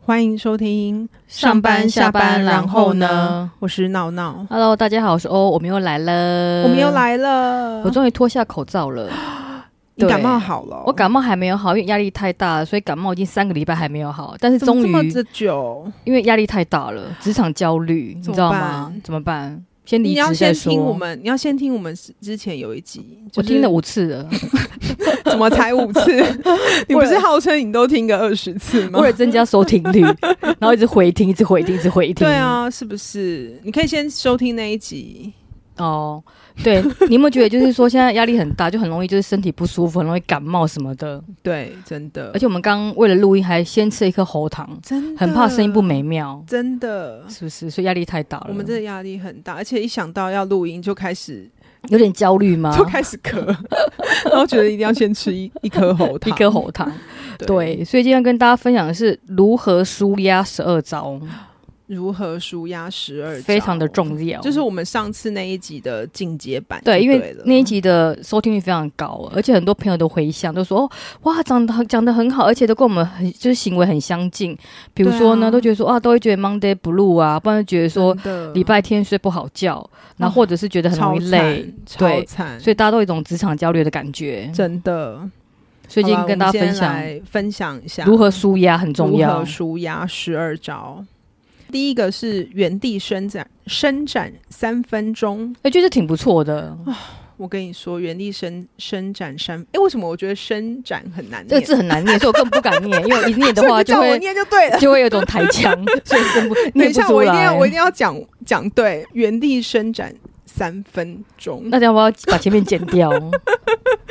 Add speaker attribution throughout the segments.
Speaker 1: 欢迎收听
Speaker 2: 上班下班然后呢？
Speaker 1: 我是闹闹，
Speaker 2: Hello，大家好，我是欧，我们又来了，
Speaker 1: 我们又，来了。
Speaker 2: 呃我终于脱下口 罩了。
Speaker 1: 你
Speaker 2: 对
Speaker 1: 感冒好了？
Speaker 2: 我感冒还没有好，因为压力太大了，所以感冒已经三个礼拜还没有好。但是
Speaker 1: 怎么
Speaker 2: 终
Speaker 1: 这么
Speaker 2: 于
Speaker 1: 这，久？
Speaker 2: 因为压力太大了，职场焦虑，你
Speaker 1: 怎么
Speaker 2: 知道吗
Speaker 1: 办？
Speaker 2: 怎么办？先离
Speaker 1: 你要
Speaker 2: 职
Speaker 1: 先
Speaker 2: 再说。
Speaker 1: 听我们，你要先听我们之前有一集，
Speaker 2: 我
Speaker 1: 就是
Speaker 2: 听了五 次了，
Speaker 1: 怎么才五 次？你不
Speaker 2: 为
Speaker 1: 是
Speaker 2: 了
Speaker 1: 号称你都听个二十次吗
Speaker 2: 为？了增加收听 率，然后一直回听，一直回听，一直回听。
Speaker 1: 对，啊，是不是？你可以先收听那一集。
Speaker 2: 哦，对，你有没有觉得就是说现在压力很大，就很容易就是身体不舒服，很容易感冒什么的。
Speaker 1: 对，真的，
Speaker 2: 而且我们刚为了录音还先吃一颗喉糖，
Speaker 1: 真的
Speaker 2: 很怕声音不，美妙。
Speaker 1: 真的。
Speaker 2: 是不是？所以压力太大
Speaker 1: 啊
Speaker 2: 了，
Speaker 1: 我们真的压力很大，而且一想到要录音就开始
Speaker 2: 有点焦虑 吗？
Speaker 1: 就开始咳，然后觉得一定要先吃 一一颗喉糖，
Speaker 2: 一颗喉 糖，对，所以今天跟大家分享的是如何舒压十二招，
Speaker 1: 如何舒压十二，
Speaker 2: 非常的，重要。
Speaker 1: 就是我们上次那一集的进阶版就对
Speaker 2: 对，
Speaker 1: 了，
Speaker 2: 因为那一集的收听率非常高，啊而且很多朋友都回想，都说哦，哇，讲的讲的很好，而且都跟我们很就是行为很相近。比如说
Speaker 1: 对
Speaker 2: 呢，
Speaker 1: 啊
Speaker 2: 都觉得说啊，都会觉得 Monday Blue 啊，不然就觉得说
Speaker 1: 真的
Speaker 2: 礼拜天睡不好觉，然后或者是觉得很容易
Speaker 1: 超
Speaker 2: 累，
Speaker 1: 惨超
Speaker 2: 对
Speaker 1: 惨，
Speaker 2: 所以大家都有一种职场焦虑的感觉。
Speaker 1: 真的，
Speaker 2: 所以今
Speaker 1: 好
Speaker 2: 天
Speaker 1: 吧
Speaker 2: 跟大家
Speaker 1: 我们
Speaker 2: 分
Speaker 1: 先
Speaker 2: 享
Speaker 1: 来分享一下
Speaker 2: 如何舒压很重
Speaker 1: 如何
Speaker 2: 要。
Speaker 1: 舒压十二招。第一个是原地伸展，伸展三分钟。
Speaker 2: 哎、觉得挺不错的，
Speaker 1: 哦我跟你说，原地伸伸展三，哎，为什么我觉得伸展很难
Speaker 2: 这个
Speaker 1: 念？
Speaker 2: 字很难念，所以我更不敢念，因为我一念的
Speaker 1: 所以
Speaker 2: 话
Speaker 1: 你
Speaker 2: 就
Speaker 1: 叫我
Speaker 2: 会
Speaker 1: 念就对了。
Speaker 2: 就会有种抬腔， 所以真不
Speaker 1: 等
Speaker 2: 念
Speaker 1: 一
Speaker 2: 不
Speaker 1: 下，
Speaker 2: 出
Speaker 1: 我一定要，
Speaker 2: 来。
Speaker 1: 我一定要讲讲对，原地伸展三分钟。
Speaker 2: 那要不要把前面剪掉？哎、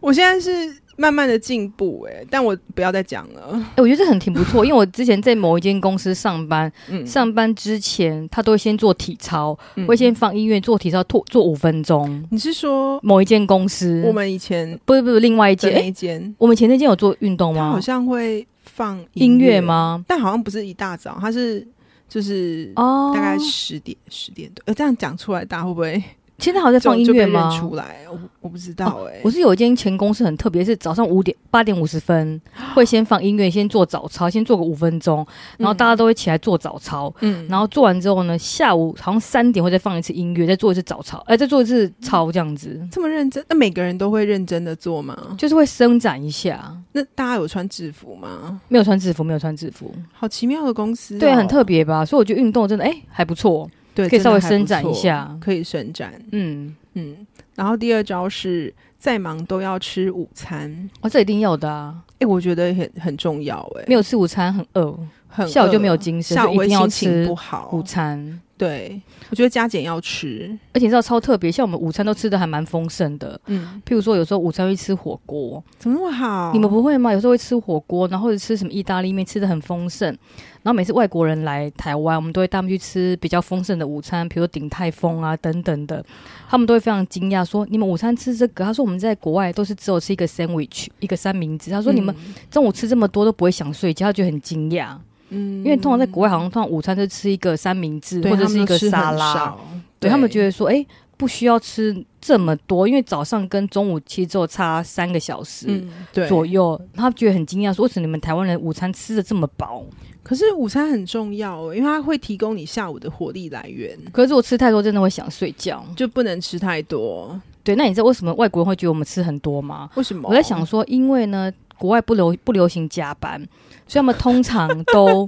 Speaker 1: 我现在是慢慢的进步、欸，哎，但我不要再讲 了。
Speaker 2: 哎我觉得这很挺不错，因为我之前在某一间公司上班，
Speaker 1: 嗯，
Speaker 2: 上班之前他都会先做体操，
Speaker 1: 嗯
Speaker 2: 会先放音乐做体操，做做五分钟。
Speaker 1: 你是说
Speaker 2: 某一间公司，
Speaker 1: 我们以前
Speaker 2: 不是不是另外一
Speaker 1: 的
Speaker 2: 间，哎、
Speaker 1: 那一间，
Speaker 2: 我们前那间有做运动
Speaker 1: 他好
Speaker 2: 吗？
Speaker 1: 像会放
Speaker 2: 音乐
Speaker 1: 乐？
Speaker 2: 吗？
Speaker 1: 但好像不是一大早，他是就是
Speaker 2: 哦，
Speaker 1: 大概十点十点多。呃，这样讲出来，大家会不会
Speaker 2: 现 在好像在
Speaker 1: 就
Speaker 2: 放音
Speaker 1: 就被
Speaker 2: 乐
Speaker 1: 认
Speaker 2: 吗？哦
Speaker 1: 出来，我我不知道、欸，哎、
Speaker 2: 我是有一间前公司很特别，是早上五点八点五十分会先放音乐，先做早操，先做个五分钟，然后大家都会起来做早操。
Speaker 1: 嗯
Speaker 2: 然后做完之后呢，下午好像三点会再放一次音乐，再做一次早操，哎、再做一次操，这样子
Speaker 1: 这么认真，那每个人都会认真的做吗？
Speaker 2: 就是会伸展一下。
Speaker 1: 那大家有穿制服吗？
Speaker 2: 没有穿制服，没有穿制服，
Speaker 1: 好奇妙的公司哦、
Speaker 2: 对，很特别吧？所以我觉得运动真的哎、还不错，
Speaker 1: 对，
Speaker 2: 可
Speaker 1: 真
Speaker 2: 以
Speaker 1: 的
Speaker 2: 稍微
Speaker 1: 还
Speaker 2: 伸
Speaker 1: 不
Speaker 2: 展一
Speaker 1: 错，
Speaker 2: 下。
Speaker 1: 可以伸展，
Speaker 2: 嗯，
Speaker 1: 嗯。然后第二招是再忙都要吃午餐，
Speaker 2: 哦，这一定要的啊！
Speaker 1: 哎、我觉得很很重要、欸，
Speaker 2: 没
Speaker 1: 有
Speaker 2: 有吃午餐很饿，
Speaker 1: 很
Speaker 2: 下午就
Speaker 1: 饿
Speaker 2: 没有精神
Speaker 1: 下
Speaker 2: 所以
Speaker 1: 午
Speaker 2: 一
Speaker 1: 会
Speaker 2: 定要
Speaker 1: 心情
Speaker 2: 吃
Speaker 1: 不好
Speaker 2: 午。餐，
Speaker 1: 对，我觉得加减要吃，
Speaker 2: 而且你知道超特别，像我们午餐都吃的还蛮丰盛的，
Speaker 1: 嗯，
Speaker 2: 譬如说，有时候午餐会吃火锅，
Speaker 1: 怎么那么好？
Speaker 2: 你们不会吗？有时候会吃火锅，然后或者吃什么意大利面，吃的很丰盛。然后每次外国人来台湾，我们都会带他们去吃比较丰盛的午餐，比如鼎泰丰啊等等的，他们都会非常惊讶说：“你们午餐吃这个？”他说：“我们在国外都是只有吃一个 sandwich，一个三明治。”他说：“你
Speaker 1: 嗯
Speaker 2: 们中午吃这么多都不会想睡觉，他就很惊讶，
Speaker 1: 嗯，嗯
Speaker 2: 因为通常在国外好像通常午餐就吃一个三明治
Speaker 1: 对
Speaker 2: 或者
Speaker 1: 他们
Speaker 2: 是
Speaker 1: 都
Speaker 2: 一个
Speaker 1: 吃
Speaker 2: 沙
Speaker 1: 很
Speaker 2: 拉。”
Speaker 1: 少，
Speaker 2: 对他们觉得说，哎、不需要吃这么多，因为早上跟中午其实只有差三个小时
Speaker 1: 嗯，对，
Speaker 2: 左右，他们觉得很惊讶，说为什么你们台湾人午餐吃的这么饱？
Speaker 1: 可是午餐很重要、欸，因为它会提供你下午的活力来源，
Speaker 2: 可是我吃太多真的会想睡觉。
Speaker 1: 就不能吃太多。
Speaker 2: 对，那你知道为什么外国人会觉得我们吃很多吗？
Speaker 1: 为什么？
Speaker 2: 我在想说，因为呢，国外不流不流行加班，所以他们通常都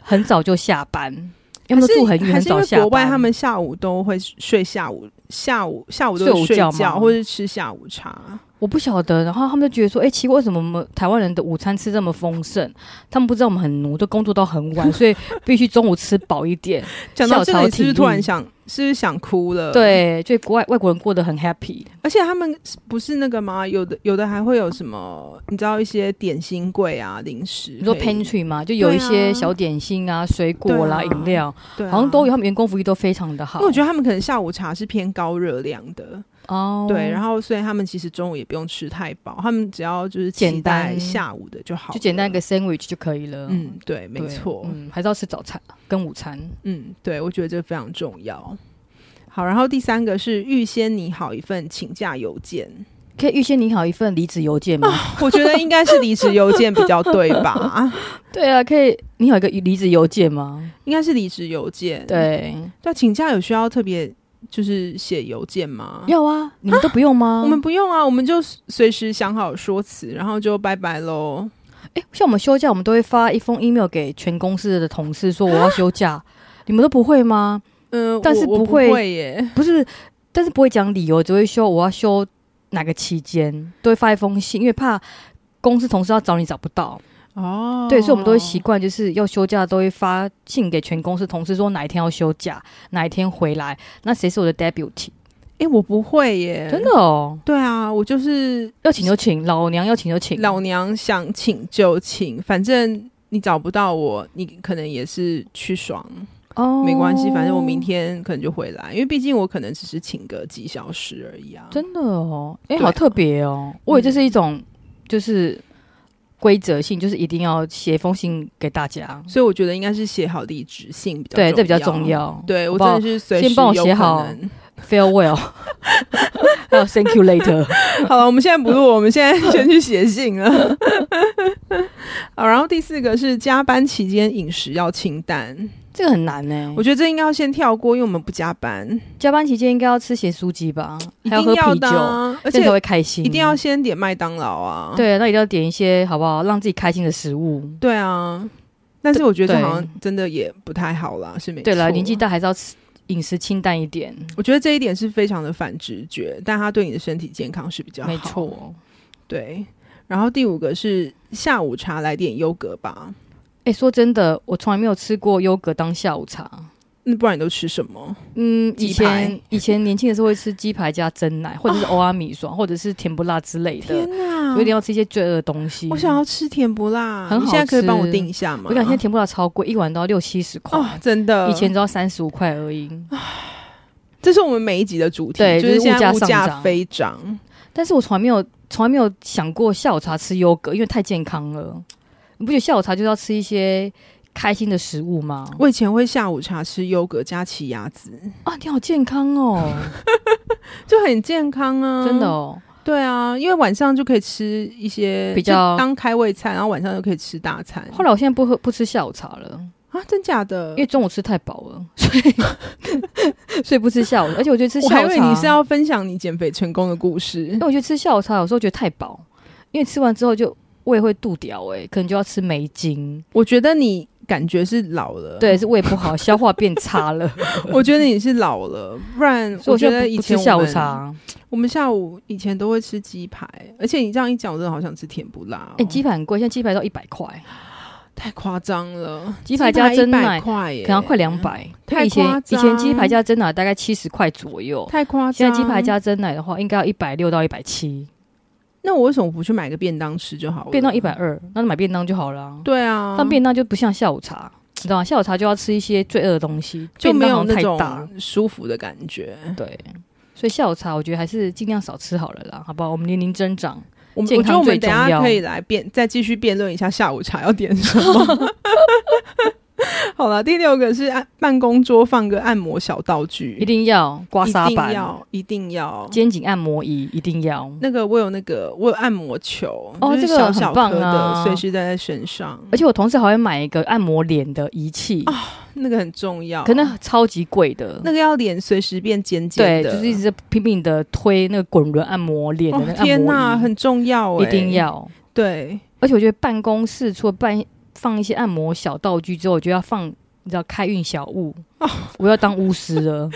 Speaker 2: 很早就下班，因为他们都住很远，
Speaker 1: 还
Speaker 2: 很
Speaker 1: 是因
Speaker 2: 早
Speaker 1: 为
Speaker 2: 下班。
Speaker 1: 国外他们下午都会睡下午，下午下午都
Speaker 2: 睡
Speaker 1: 会
Speaker 2: 午
Speaker 1: 睡
Speaker 2: 觉
Speaker 1: 觉，
Speaker 2: 吗
Speaker 1: 或是吃下午茶。
Speaker 2: 我不晓得，然后他们就觉得说，哎、奇怪，为什么我们台湾人的午餐吃这么丰盛？他们不知道我们很奴，都工作到很晚，所以必须中午吃饱一 点。
Speaker 1: 讲到这个，
Speaker 2: 小朝
Speaker 1: 你是不是
Speaker 2: 体
Speaker 1: 突然
Speaker 2: 力
Speaker 1: 想，是不是想哭了？，
Speaker 2: 对，所以国外外国人过得很 happy。
Speaker 1: 而且他们不是那个吗？有的有的还会有什么？你知道一些点心柜啊，零食可以，
Speaker 2: 你说 pantry 嘛，就有一
Speaker 1: 对啊
Speaker 2: 些小点心啊、水果啦、
Speaker 1: 对啊
Speaker 2: 饮料，
Speaker 1: 对啊
Speaker 2: 好像都有，。他们员工福利都非常的好
Speaker 1: 因为我。觉得他们可能下午茶是偏高热量的，
Speaker 2: 哦
Speaker 1: 对，然
Speaker 2: 后
Speaker 1: 后所以他们其实中午也不用吃太饱，他们只要就是期
Speaker 2: 简单
Speaker 1: 待下午的就好了，
Speaker 2: 就简单一个 sandwich 就可以了。
Speaker 1: 嗯，对，
Speaker 2: 对，
Speaker 1: 没错，
Speaker 2: 嗯，还是要吃早餐跟午餐。
Speaker 1: 嗯，对，我觉得这非常重要。好，然后第三个是预先拟好一份请假邮件，
Speaker 2: 可以预先拟好一份离职邮件吗？
Speaker 1: 我觉得应该是离职邮件比较对吧？
Speaker 2: 对啊，可以拟好一个离职邮件吗？
Speaker 1: 应该是离职邮件。，
Speaker 2: 对，
Speaker 1: 那请假有需要特别就是写邮件吗？
Speaker 2: 要啊，你们都不用吗？
Speaker 1: 我们不用啊，我们就随时想好说辞，然后就拜拜喽。
Speaker 2: 哎、像我们休假，我们都会发一封 email 给全公司的同事说我要休
Speaker 1: 啊
Speaker 2: 假，你们都不会吗？
Speaker 1: 嗯，
Speaker 2: 但
Speaker 1: 我
Speaker 2: 是
Speaker 1: 我
Speaker 2: 不
Speaker 1: 不
Speaker 2: 会
Speaker 1: 耶。
Speaker 2: 不是，但是不会讲理由，只会说我要休哪个期间，都会发一封信，因为怕公司同事要找你找不到。
Speaker 1: 哦，
Speaker 2: 对，所以我们都会习惯，就是要休假都会发信给全公司同事说哪一天要休假，哪一天回来。那谁是我的 deputy？
Speaker 1: 哎、我不会耶，
Speaker 2: 真的。哦，
Speaker 1: 对啊，我就是
Speaker 2: 要请就请，老娘要请就请。
Speaker 1: 老娘想请就请，反正你找不到我，你可能也是去爽，
Speaker 2: 哦
Speaker 1: 没关系，反正我明天可能就回来，因为毕竟我可能只是请个几小时而已啊。
Speaker 2: 真的哦，哎、
Speaker 1: 对啊
Speaker 2: 好特别哦！我以为这是一种就是规则性，就是一定要写一封信给大家。
Speaker 1: 所以我觉得应该是写好离职信比较
Speaker 2: 对，这比较重。要。
Speaker 1: 对我真
Speaker 2: 好不好
Speaker 1: 的是随时
Speaker 2: 先帮我
Speaker 1: 有
Speaker 2: 写
Speaker 1: 可
Speaker 2: 好
Speaker 1: 能
Speaker 2: Farewell，还有 Thank you later。
Speaker 1: 好了，我们现在不录，我们现在先去写信了。 好，然后第四个是加班期间饮食要清淡，
Speaker 2: 这个很难呢、
Speaker 1: 我
Speaker 2: 我
Speaker 1: 觉得这应该要先跳过，因为我们不加班，
Speaker 2: 加班期间应该要吃咸酥鸡吧，
Speaker 1: 一
Speaker 2: 还要
Speaker 1: 定
Speaker 2: 喝
Speaker 1: 要
Speaker 2: 啤
Speaker 1: 的
Speaker 2: 酒，
Speaker 1: 啊、而
Speaker 2: 这样才
Speaker 1: 且
Speaker 2: 会开心。
Speaker 1: 一定要先点麦当劳啊。
Speaker 2: 嗯对，那一定要点一些好不好，让自己开心的食物。
Speaker 1: 对啊，但是我觉得这
Speaker 2: 对
Speaker 1: 好像真的也不太好啦，是没
Speaker 2: 对了，
Speaker 1: 错
Speaker 2: 年纪。大还是要吃饮食清淡一点，
Speaker 1: 我觉得这一点是非常的反直觉，但它对你的身体健康是比较好。
Speaker 2: 没，错。
Speaker 1: 对。然后第五个是下午茶来点优格吧，
Speaker 2: 哎、说真的，我从来没有吃过优格当下午茶。
Speaker 1: 那不然你都吃什么？
Speaker 2: 嗯，以
Speaker 1: 鸡排
Speaker 2: 前以前年轻的时候会吃鸡排加 蒸奶，或者是欧阿米爽，或者是甜不辣之类的，
Speaker 1: 哪
Speaker 2: 有点要吃一些罪恶的东西。
Speaker 1: 我想要啊吃甜不辣，
Speaker 2: 很好
Speaker 1: 你现在可以帮我
Speaker 2: 吃
Speaker 1: 订一下吗？
Speaker 2: 我感觉现在甜不辣超贵，一碗都要六七十块，
Speaker 1: 哦，真的，
Speaker 2: 以前只要三十五块而已。
Speaker 1: 这是我们每一集的主题，
Speaker 2: 对
Speaker 1: 就
Speaker 2: 就是是
Speaker 1: 现在
Speaker 2: 物
Speaker 1: 物
Speaker 2: 价上
Speaker 1: 价
Speaker 2: 涨
Speaker 1: 飞涨，
Speaker 2: 但是我从来没有从来没有想过下午茶吃优格，因为太健康了。你不觉得下午茶就是要吃一些开心的食物吗？
Speaker 1: 我以前会下午茶吃优格加奇亚籽，
Speaker 2: 啊，你好健康哦，
Speaker 1: 就很健康啊，
Speaker 2: 真的。哦。
Speaker 1: 对啊，因为晚上就可以吃一些
Speaker 2: 比较
Speaker 1: 就当开胃菜，然后晚上就可以吃大餐。
Speaker 2: 后来我现在不喝不吃下午茶了。
Speaker 1: 啊，真假的
Speaker 2: 因？为中午吃太饱了， 所以 所以不吃下午，而且我觉得吃
Speaker 1: 我
Speaker 2: 下
Speaker 1: 还以
Speaker 2: 午
Speaker 1: 为
Speaker 2: 茶，
Speaker 1: 你是要分享你减肥成功的故事
Speaker 2: 因为。我觉得吃下午茶有时候觉得太饱，因为吃完之后就胃会肚掉、欸，可能就要吃梅精，
Speaker 1: 我觉得你感觉是老了，
Speaker 2: 对，是胃不好，消化变差了，
Speaker 1: 我觉得你是老了，不然
Speaker 2: 所以我
Speaker 1: 觉
Speaker 2: 觉
Speaker 1: 得
Speaker 2: 得不
Speaker 1: 以
Speaker 2: 不
Speaker 1: 前
Speaker 2: 吃
Speaker 1: 我
Speaker 2: 下午
Speaker 1: 们
Speaker 2: 茶。
Speaker 1: 我们下午以前都会吃鸡排，而且你这样一讲，我真的好想吃甜不辣、哦。
Speaker 2: 哎、鸡排很贵，现在鸡排都一百块，
Speaker 1: 太夸张了，
Speaker 2: 鸡排加蒸奶
Speaker 1: 100块耶，
Speaker 2: 可能要快两，百。因为
Speaker 1: 太
Speaker 2: 以
Speaker 1: 夸
Speaker 2: 前
Speaker 1: 张
Speaker 2: 以前鸡排加蒸奶大概七十块左右，
Speaker 1: 太夸张。
Speaker 2: 现在鸡排，加蒸奶的话，应该要一百六到一百七，
Speaker 1: 那我为什么不去买个便当吃就好了？
Speaker 2: 便当一百，二，那就买便当就好了啊。
Speaker 1: 对啊，
Speaker 2: 但便当就不像下午茶，你知道吗？下午茶就要吃一些罪恶的东西，
Speaker 1: 就没
Speaker 2: 便当
Speaker 1: 有
Speaker 2: 好像
Speaker 1: 那
Speaker 2: 太大，
Speaker 1: 种舒服的感觉。
Speaker 2: 对。所以下午茶，我觉得还是尽量少吃好了啦，好不好？我们年龄增长，
Speaker 1: 我们
Speaker 2: 健
Speaker 1: 我觉得
Speaker 2: 康
Speaker 1: 我们
Speaker 2: 最
Speaker 1: 等
Speaker 2: 重
Speaker 1: 一
Speaker 2: 要
Speaker 1: 下可以来辩，再继续辩论一下下午茶要点什么。 好了，第六个是按办公桌放个按摩小道具，
Speaker 2: 一定要刮痧
Speaker 1: 一定
Speaker 2: 板、
Speaker 1: 要，一定要。
Speaker 2: 肩颈按摩椅，一定要。
Speaker 1: 那个我有那个我有按摩球，
Speaker 2: 哦
Speaker 1: 就是
Speaker 2: 这个
Speaker 1: 小小
Speaker 2: 很棒
Speaker 1: 颗的，
Speaker 2: 啊
Speaker 1: 随时戴在身上，
Speaker 2: 而且我同事还会买一个按摩脸的仪器，
Speaker 1: 那个很重要。
Speaker 2: 可能超级贵的。
Speaker 1: 哦那个要脸随时变尖尖
Speaker 2: 对，
Speaker 1: 的，
Speaker 2: 就是一直拼命的推那个滚轮按摩脸的那
Speaker 1: 哦
Speaker 2: 个按摩椅，
Speaker 1: 天很重要、欸，
Speaker 2: 一定。要。
Speaker 1: 对，
Speaker 2: 而且我觉得办公室除了办放一些按摩小道具之后，我觉得要放你知道开运小物，
Speaker 1: 哦
Speaker 2: 我要当巫师了，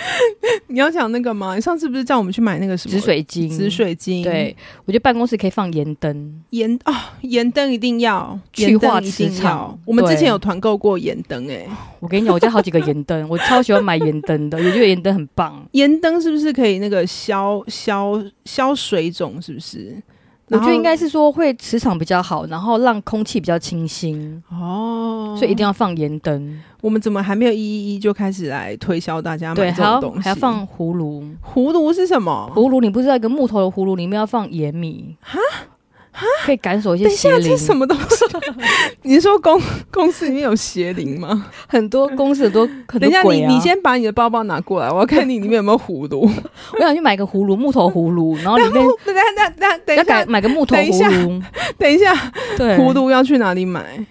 Speaker 1: 你要讲那个吗？你上次不是叫我们去买那个 什么
Speaker 2: 紫水晶，
Speaker 1: 紫。水晶？
Speaker 2: 对，，我觉得办公室可以放盐灯，
Speaker 1: 盐啊，盐灯一定要，
Speaker 2: 去
Speaker 1: 盐灯
Speaker 2: 化
Speaker 1: 一
Speaker 2: 磁
Speaker 1: 定
Speaker 2: 场
Speaker 1: 要。我们之
Speaker 2: 对
Speaker 1: 前有团购过盐灯、欸，
Speaker 2: 我跟你讲，我家好几个盐灯， 我超喜欢买盐灯的，我觉得盐灯很棒。
Speaker 1: 盐灯是不是可以那个消消消水肿？是不是？
Speaker 2: 我
Speaker 1: 然
Speaker 2: 觉得
Speaker 1: 后
Speaker 2: 应该是说会磁场比较好，然后让空气比较清新，
Speaker 1: 哦，
Speaker 2: 所以一定要放盐灯。
Speaker 1: 我们怎么还没有一一一就开始来推销大家
Speaker 2: 对，
Speaker 1: 买这
Speaker 2: 还
Speaker 1: 种
Speaker 2: 要
Speaker 1: 东西？
Speaker 2: 还要放葫芦，
Speaker 1: 葫芦是什么？
Speaker 2: 葫芦你不知道一个木头的葫芦里面要放盐米，可以赶走一些
Speaker 1: 等一
Speaker 2: 邪
Speaker 1: 下，
Speaker 2: 灵
Speaker 1: 这。什么东西？ 你是说公公司里面有邪灵吗？
Speaker 2: 很多公司很多很
Speaker 1: 等一下，
Speaker 2: 多鬼
Speaker 1: 你
Speaker 2: 啊！
Speaker 1: 你，先把你的包包拿过来，我要看你里面有没有葫芦。
Speaker 2: 我想去买个葫芦，木头葫 芦，然后里
Speaker 1: 然
Speaker 2: 面
Speaker 1: 后， 等等等等等
Speaker 2: 要
Speaker 1: 一
Speaker 2: 改
Speaker 1: 下，
Speaker 2: 买个木头
Speaker 1: 等一下
Speaker 2: 葫芦，
Speaker 1: 等一下，
Speaker 2: 对，
Speaker 1: 葫芦要去哪里买？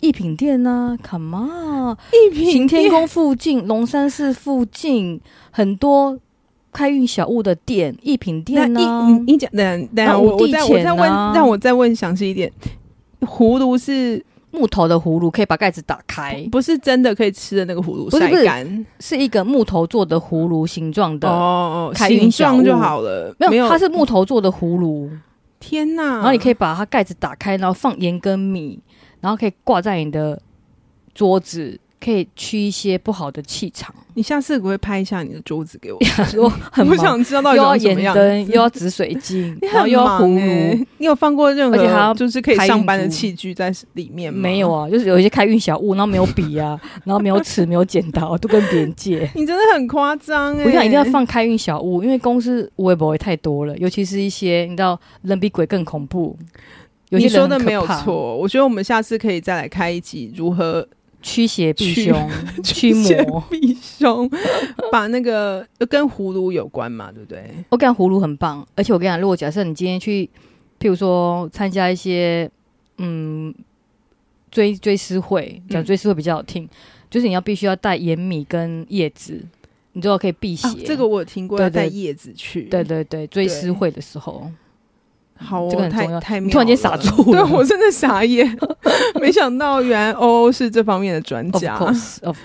Speaker 2: 一品店呐、啊、，Come on，
Speaker 1: 一
Speaker 2: 行
Speaker 1: 瓶
Speaker 2: 天宫附近、龙山寺附近很多开运小物的店，一品
Speaker 1: 那
Speaker 2: 店啊
Speaker 1: 一
Speaker 2: 呐、
Speaker 1: 你你讲，等等下，
Speaker 2: 那
Speaker 1: 我
Speaker 2: 五
Speaker 1: 我
Speaker 2: 帝
Speaker 1: 再我再
Speaker 2: 钱
Speaker 1: 问
Speaker 2: 啊，
Speaker 1: 让我再问详细一点。葫芦是
Speaker 2: 木头的葫芦可以把盖子打开，
Speaker 1: 不是真的可以吃的那个葫芦？
Speaker 2: 不是
Speaker 1: 晒
Speaker 2: 不是
Speaker 1: 干
Speaker 2: 是一个木头做的葫芦形状的，
Speaker 1: 哦，
Speaker 2: 开
Speaker 1: 形
Speaker 2: 运小
Speaker 1: 状就
Speaker 2: 物
Speaker 1: 好了，
Speaker 2: 没有，
Speaker 1: 没有
Speaker 2: 它是木头做的葫芦，
Speaker 1: 天哪！
Speaker 2: 然后你可以把它盖子打开，然后放盐跟米，然后可以挂在你的桌子，可以驱一些不好的气场。
Speaker 1: 你下次可不可以拍一下你的桌子给我？
Speaker 2: 我很
Speaker 1: 我
Speaker 2: 忙，
Speaker 1: 想知道到底
Speaker 2: 又要
Speaker 1: 长什么
Speaker 2: 盐
Speaker 1: 样
Speaker 2: 啊灯，
Speaker 1: 子
Speaker 2: 又要紫水晶，
Speaker 1: 你
Speaker 2: 然后
Speaker 1: 很
Speaker 2: 又要
Speaker 1: 忙
Speaker 2: 啊葫芦。
Speaker 1: 欸你有放过任
Speaker 2: 而且还
Speaker 1: 何
Speaker 2: 要
Speaker 1: 就是可以
Speaker 2: 开
Speaker 1: 上
Speaker 2: 运
Speaker 1: 班的
Speaker 2: 珠
Speaker 1: 器具在里面吗？
Speaker 2: 没有啊，就是有一些开运小物，然后没有笔啊，然后没有尺，没有剪刀，都跟别 人借。
Speaker 1: 你真的很夸张哎！
Speaker 2: 我想一定要放开运小物，因为公司微博也太多了，尤其是一些你知道人比鬼更恐怖。有些
Speaker 1: 你说
Speaker 2: 人
Speaker 1: 的
Speaker 2: 很可
Speaker 1: 没有
Speaker 2: 怕，
Speaker 1: 错，我觉得我们下次可以再来开一集如何
Speaker 2: 驱邪避凶、驱
Speaker 1: 驱邪
Speaker 2: 魔。
Speaker 1: 避凶，把那个呃跟葫芦有关嘛，对不对？
Speaker 2: 我跟你讲，葫芦很棒，而且我跟你讲，如果假设你今天去，譬如说参加一些嗯追追思会，讲
Speaker 1: 嗯
Speaker 2: 追思会比较好听，就是你要必须要带盐米跟叶子，你就可以避邪。
Speaker 1: 啊，这个我有听过，
Speaker 2: 对
Speaker 1: 要带
Speaker 2: 对
Speaker 1: 叶子去。
Speaker 2: 对，对对，追思会的时候，
Speaker 1: 好哦，
Speaker 2: 这个很
Speaker 1: 太
Speaker 2: 重要
Speaker 1: 太
Speaker 2: 你
Speaker 1: 妙
Speaker 2: 突然间
Speaker 1: 了
Speaker 2: 傻住
Speaker 1: 对
Speaker 2: 了。
Speaker 1: 我真的傻眼， 没想到原来欧欧是这方面的专
Speaker 2: of
Speaker 1: 家。
Speaker 2: course of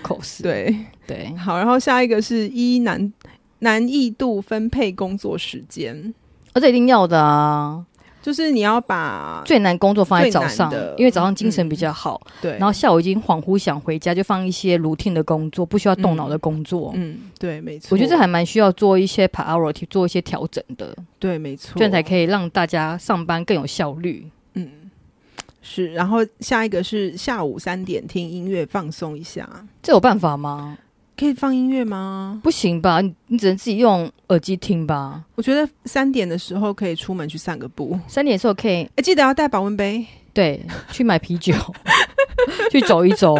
Speaker 2: course，
Speaker 1: 对，
Speaker 2: 对，
Speaker 1: 好，然后下一个是一难难易度分配工作时间，
Speaker 2: 而且一定要的啊。
Speaker 1: 就是你要把
Speaker 2: 最难工作放在
Speaker 1: 最
Speaker 2: 早
Speaker 1: 难
Speaker 2: 上
Speaker 1: 的，
Speaker 2: 因为早上精神比较好，
Speaker 1: 对，
Speaker 2: 然后下午已经恍惚想回家，就放一些 routine 的工作，不需要动脑的工作。
Speaker 1: 嗯，对，没错，
Speaker 2: 我觉得这还蛮需要做一些 priority，做一些调整的，
Speaker 1: 对，没错，
Speaker 2: 这样才可以让大家上班更有效率。
Speaker 1: 嗯。是，然后下一个是下午三点听音乐放松一下，
Speaker 2: 这有办法吗？
Speaker 1: 可以放音乐吗？
Speaker 2: 不行吧，你你只能自己用耳机听吧。
Speaker 1: 我觉得三点的时候可以出门去散个步，
Speaker 2: 三点的时候可以
Speaker 1: 哎，记得要带保温杯。
Speaker 2: 对去买啤 酒，去走一走。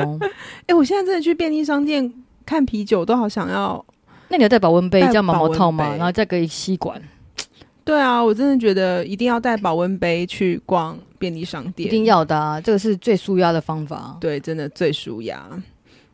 Speaker 1: 哎，我现在真的去便利商店看啤酒，都好想要。
Speaker 2: 那你有带保温杯
Speaker 1: 带
Speaker 2: 叫毛毛套
Speaker 1: 保温
Speaker 2: 吗？
Speaker 1: 杯
Speaker 2: 然后再给吸管，
Speaker 1: 对啊，我真的觉得一定要带保温杯去逛便利商
Speaker 2: 一
Speaker 1: 店，
Speaker 2: 定要的啊！这个是最舒压的方法。
Speaker 1: 对，真的最舒压。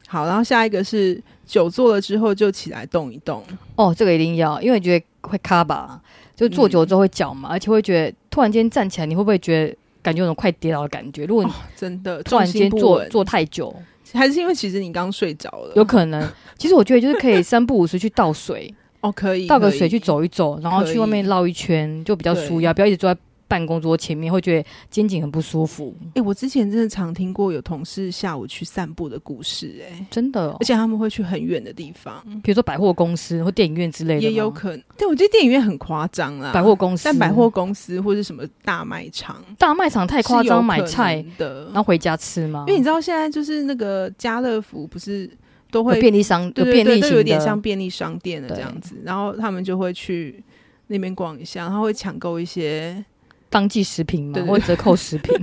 Speaker 1: 好，然后下一个是久坐了之后就起来动一动，
Speaker 2: 哦，这个一定要，因为觉得会卡吧，就坐久了之后会脚嘛，而且会觉得突然间站起来，你会不会觉得感觉有种快跌倒的感觉？如果你
Speaker 1: 真的
Speaker 2: 突
Speaker 1: 重
Speaker 2: 然
Speaker 1: 心
Speaker 2: 间
Speaker 1: 不
Speaker 2: 坐
Speaker 1: 稳，
Speaker 2: 坐太久，
Speaker 1: 还是因为其实你刚睡着了，
Speaker 2: 有 可能。其实我觉得就是可以三不五时去倒水，
Speaker 1: 哦，可以
Speaker 2: 倒个
Speaker 1: 可以
Speaker 2: 水去走一走，然后去外面绕一圈，就比较舒压，不要一直坐在办公桌前面，会觉得肩颈很不舒服。
Speaker 1: 哎、我之前真的常听过有同事下午去散步的故事、哎，
Speaker 2: 真的哦、
Speaker 1: 而且他们会去很远的地方，
Speaker 2: 比如说百货公司或电影院之类的吗，
Speaker 1: 也有可能。但我觉得电影院很夸张啦，
Speaker 2: 百货公司，
Speaker 1: 但百货公司或是什么大卖场
Speaker 2: 大卖场太夸
Speaker 1: 是有可
Speaker 2: 张，买菜
Speaker 1: 能的
Speaker 2: 然，后回家吃吗？
Speaker 1: 因为你知道现在就是那个家乐福不是都
Speaker 2: 有
Speaker 1: 会
Speaker 2: 便利商有
Speaker 1: 对对
Speaker 2: 便
Speaker 1: 对，
Speaker 2: 利
Speaker 1: 都有
Speaker 2: 型的，
Speaker 1: 点像便利商店的这
Speaker 2: 对
Speaker 1: 样子，然后他们就会去那边逛一下，然后会抢购一些，
Speaker 2: 当季食品嘛
Speaker 1: 对，对
Speaker 2: 或折扣食 品，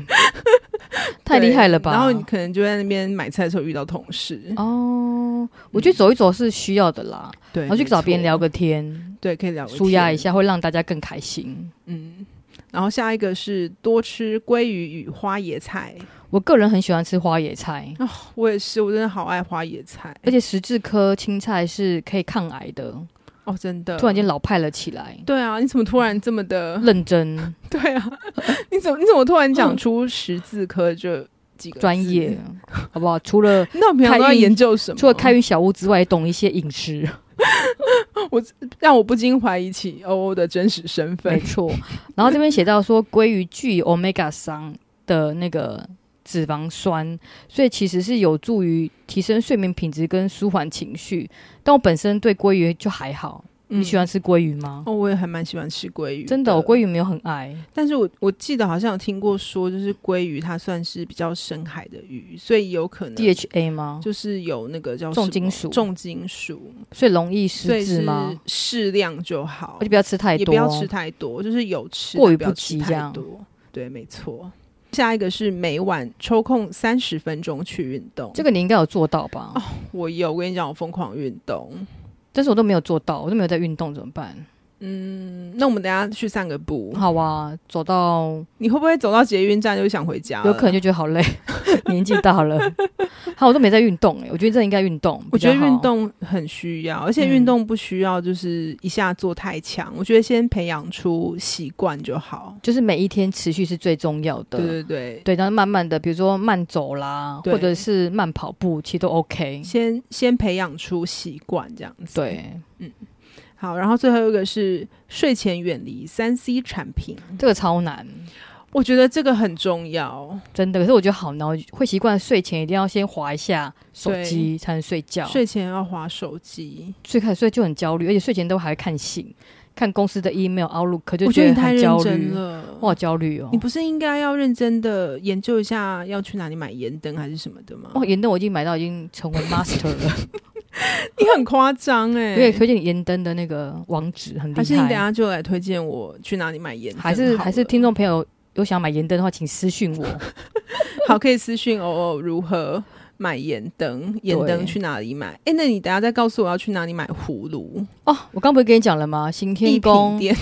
Speaker 2: 太厉害了吧？
Speaker 1: 对然后你可能就在那边买菜的时候遇到同事，
Speaker 2: 哦，我觉得走一走是需要的啦，
Speaker 1: 对，
Speaker 2: 然后去
Speaker 1: 没
Speaker 2: 找别人
Speaker 1: 错，
Speaker 2: 聊个天，
Speaker 1: 对，可以聊个
Speaker 2: 舒压
Speaker 1: 天
Speaker 2: 一，下，会让大家更开心。
Speaker 1: 嗯。然后下一个是多吃鲑鱼与花椰菜，哦
Speaker 2: 我个人很喜欢吃花野菜，
Speaker 1: 我也是，我真的好爱花椰菜，
Speaker 2: 而且十字科青菜是可以抗癌的。
Speaker 1: 哦，真的，
Speaker 2: 突然间老派了起来，
Speaker 1: 对啊，你怎么突然这么的？
Speaker 2: 认 真
Speaker 1: 对啊， 你怎么你怎么突然讲出十字科这几个
Speaker 2: 专
Speaker 1: 字
Speaker 2: 业？，好不好？除了
Speaker 1: 那我平常都在
Speaker 2: 开运
Speaker 1: 研究什么？
Speaker 2: 除了开运小屋之外，懂一些饮食，
Speaker 1: 让我不禁怀疑起欧欧的真实身
Speaker 2: 没
Speaker 1: 份。
Speaker 2: 错。然后这边写到说，鲑鱼具有 omega 三的那个脂肪酸，所以其实是有助于提升睡眠品质跟舒缓情绪。但我本身对鲑鱼就还好，你喜欢吃嗯鲑鱼吗？
Speaker 1: 嗯哦，我也还蛮喜欢吃鲑鱼，
Speaker 2: 真的，我鲑，鱼没有很爱。
Speaker 1: 但是我我记得好像有听过说，就是鲑鱼它算是比较深海的鱼，所以有可能
Speaker 2: DHA 吗？
Speaker 1: 就是有那个叫
Speaker 2: 重
Speaker 1: 什么
Speaker 2: 金属
Speaker 1: 重金属，
Speaker 2: 所以容易
Speaker 1: 所
Speaker 2: 失
Speaker 1: 以
Speaker 2: 智
Speaker 1: 是
Speaker 2: 吗？哦
Speaker 1: 适量就好
Speaker 2: 我就，不要吃太
Speaker 1: 也
Speaker 2: 多，
Speaker 1: 不要吃太多，就是有吃
Speaker 2: 过于
Speaker 1: 但不要
Speaker 2: 不
Speaker 1: 吃
Speaker 2: 及这
Speaker 1: 太
Speaker 2: 样
Speaker 1: 多。对，没错。下一个是每晚抽空三十分钟去运动，
Speaker 2: 这个你应该有做到吧？
Speaker 1: 我有，我跟你讲，我疯狂运动。
Speaker 2: 但是我都没有做到，我都没有在运动，怎么办？
Speaker 1: 嗯那我们等一下去散个步，
Speaker 2: 好啊，走到
Speaker 1: 你会不会走到捷运站就想回家？
Speaker 2: 有可能。就觉得好累，年纪大了。好，我都没在运动哎、我觉得这应该运动。
Speaker 1: 我觉得
Speaker 2: 比较好嗯
Speaker 1: 运，动很需要，而且运动不需要就是一下做太强。我觉得先培养出习惯就好。
Speaker 2: 就是每一天持续是最重要的。
Speaker 1: 对对对，
Speaker 2: 对，然后慢慢的，比如说慢走啦，
Speaker 1: 对
Speaker 2: 或者是慢跑步，其实都 OK。
Speaker 1: 先先培养出习惯这样子。，
Speaker 2: 对，
Speaker 1: 好，然后最后一个是睡前远离三 C 产品，
Speaker 2: 这个超难，
Speaker 1: 我觉得这个很重要。
Speaker 2: 真的。可是我觉得好难，我会习惯睡前一定要先划一下手机才能睡觉。
Speaker 1: 睡前要划手机，
Speaker 2: 最开始睡就很焦虑，而且睡前都还会看信，看公司的 email、Outlook，就
Speaker 1: 我觉得你太
Speaker 2: 很
Speaker 1: 认
Speaker 2: 焦
Speaker 1: 真
Speaker 2: 虑。
Speaker 1: 了。
Speaker 2: 我好焦虑哦
Speaker 1: 你！不是应该要认真的研究一下要去哪里买盐灯还是什么的吗？
Speaker 2: 哇，盐灯我已经买到已经成 为 master 了。
Speaker 1: 你很夸张哎！
Speaker 2: 对，推荐你盐灯的那个网址很厉害。
Speaker 1: 还是你等一下就来推荐我去哪里买盐灯好
Speaker 2: 还
Speaker 1: 了？
Speaker 2: 是还是听众朋友有想买盐灯的话，请私讯我。
Speaker 1: 好，可以私讯偶偶如何买盐灯，盐灯去哪里买？哎、那你等一下再告诉我要去哪里买葫芦。
Speaker 2: 哦，我刚不是跟你讲了吗？行
Speaker 1: 一
Speaker 2: 天
Speaker 1: 品
Speaker 2: 宫
Speaker 1: 店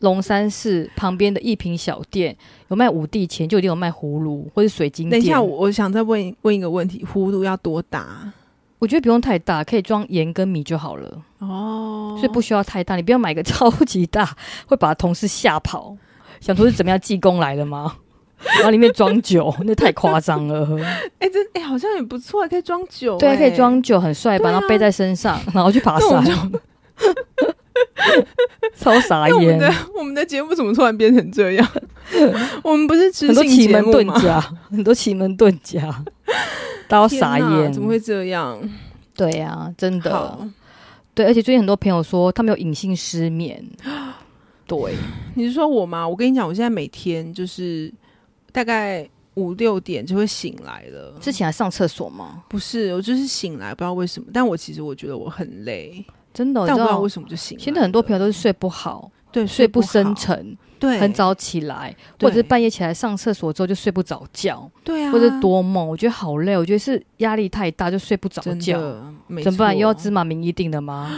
Speaker 2: 龙山寺旁边的一品小店有卖五帝钱，就一定有卖葫芦或者水晶
Speaker 1: 等
Speaker 2: 店。
Speaker 1: 一下，我我想再问问一个问题：葫芦要多大？
Speaker 2: 我觉得不用太大，可以装盐跟米就好了，
Speaker 1: 哦
Speaker 2: 所以不需要太大。你不要买个超级大， 会把同事吓跑，想说是怎么样济公来了吗？ 然后里面装酒， 那太夸 张了。
Speaker 1: 哎、这哎、好像也不错，可以装酒、
Speaker 2: 对啊，
Speaker 1: 哎
Speaker 2: 可以。装酒，很帅吧？
Speaker 1: 对啊
Speaker 2: 然后背在身上， 然后去爬
Speaker 1: 那我们
Speaker 2: 山， 超傻
Speaker 1: 那我们
Speaker 2: 眼
Speaker 1: 的。我们的节目怎么突然变成这 样？我们不是知
Speaker 2: 很多
Speaker 1: 性
Speaker 2: 奇
Speaker 1: 节
Speaker 2: 门
Speaker 1: 目
Speaker 2: 遁
Speaker 1: 吗？
Speaker 2: 甲，很多奇门遁 甲，大家
Speaker 1: 天
Speaker 2: 傻
Speaker 1: 哪
Speaker 2: 眼，
Speaker 1: 怎么会这样？
Speaker 2: 对啊，真的
Speaker 1: 好，
Speaker 2: 对，而且最近很多朋友说他们有隐性失眠， 对，
Speaker 1: 你是说我吗？我跟你讲，我现在每天就是大概五六点就会醒来了。
Speaker 2: 之前还上厕所吗？
Speaker 1: 不是，我就是醒来，不知道为什么。但我其实我觉得我很累，
Speaker 2: 真的，
Speaker 1: 但我不知道
Speaker 2: 哦道
Speaker 1: 为。什么就醒来了。
Speaker 2: 现在很多朋友都是睡不好，
Speaker 1: 对
Speaker 2: 睡不
Speaker 1: 不
Speaker 2: 深
Speaker 1: 好，
Speaker 2: 沉，
Speaker 1: 对，
Speaker 2: 很，早起来，
Speaker 1: 对
Speaker 2: 或者是半夜起来上厕所之后就睡不着觉，
Speaker 1: 对啊，
Speaker 2: 或者多梦。我觉得好累，我觉得是压力太大就睡不着
Speaker 1: 真
Speaker 2: 觉，
Speaker 1: 的，没
Speaker 2: 怎么办？
Speaker 1: 错
Speaker 2: 又要芝麻名医定的 吗？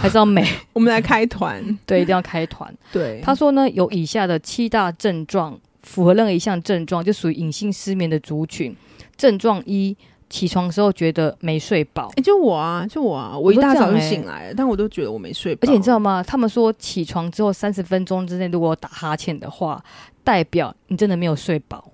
Speaker 2: 还是要美？
Speaker 1: 我们来开 团，
Speaker 2: 对，一定要开团。
Speaker 1: 对，
Speaker 2: 他说呢，有以下的七大症状，符合任何一项症状，就属于隐性失眠的族群。症状一，起床时候觉得没睡饱，
Speaker 1: 哎，就我啊，就我啊，我一
Speaker 2: 都
Speaker 1: 大
Speaker 2: 这
Speaker 1: 早
Speaker 2: 样
Speaker 1: 就
Speaker 2: 欸
Speaker 1: 醒来了，但我都觉得我没睡饱，
Speaker 2: 而且你知道吗？他们说起床之后三十分钟之内如果有打哈欠的话，代表你真的没有睡饱。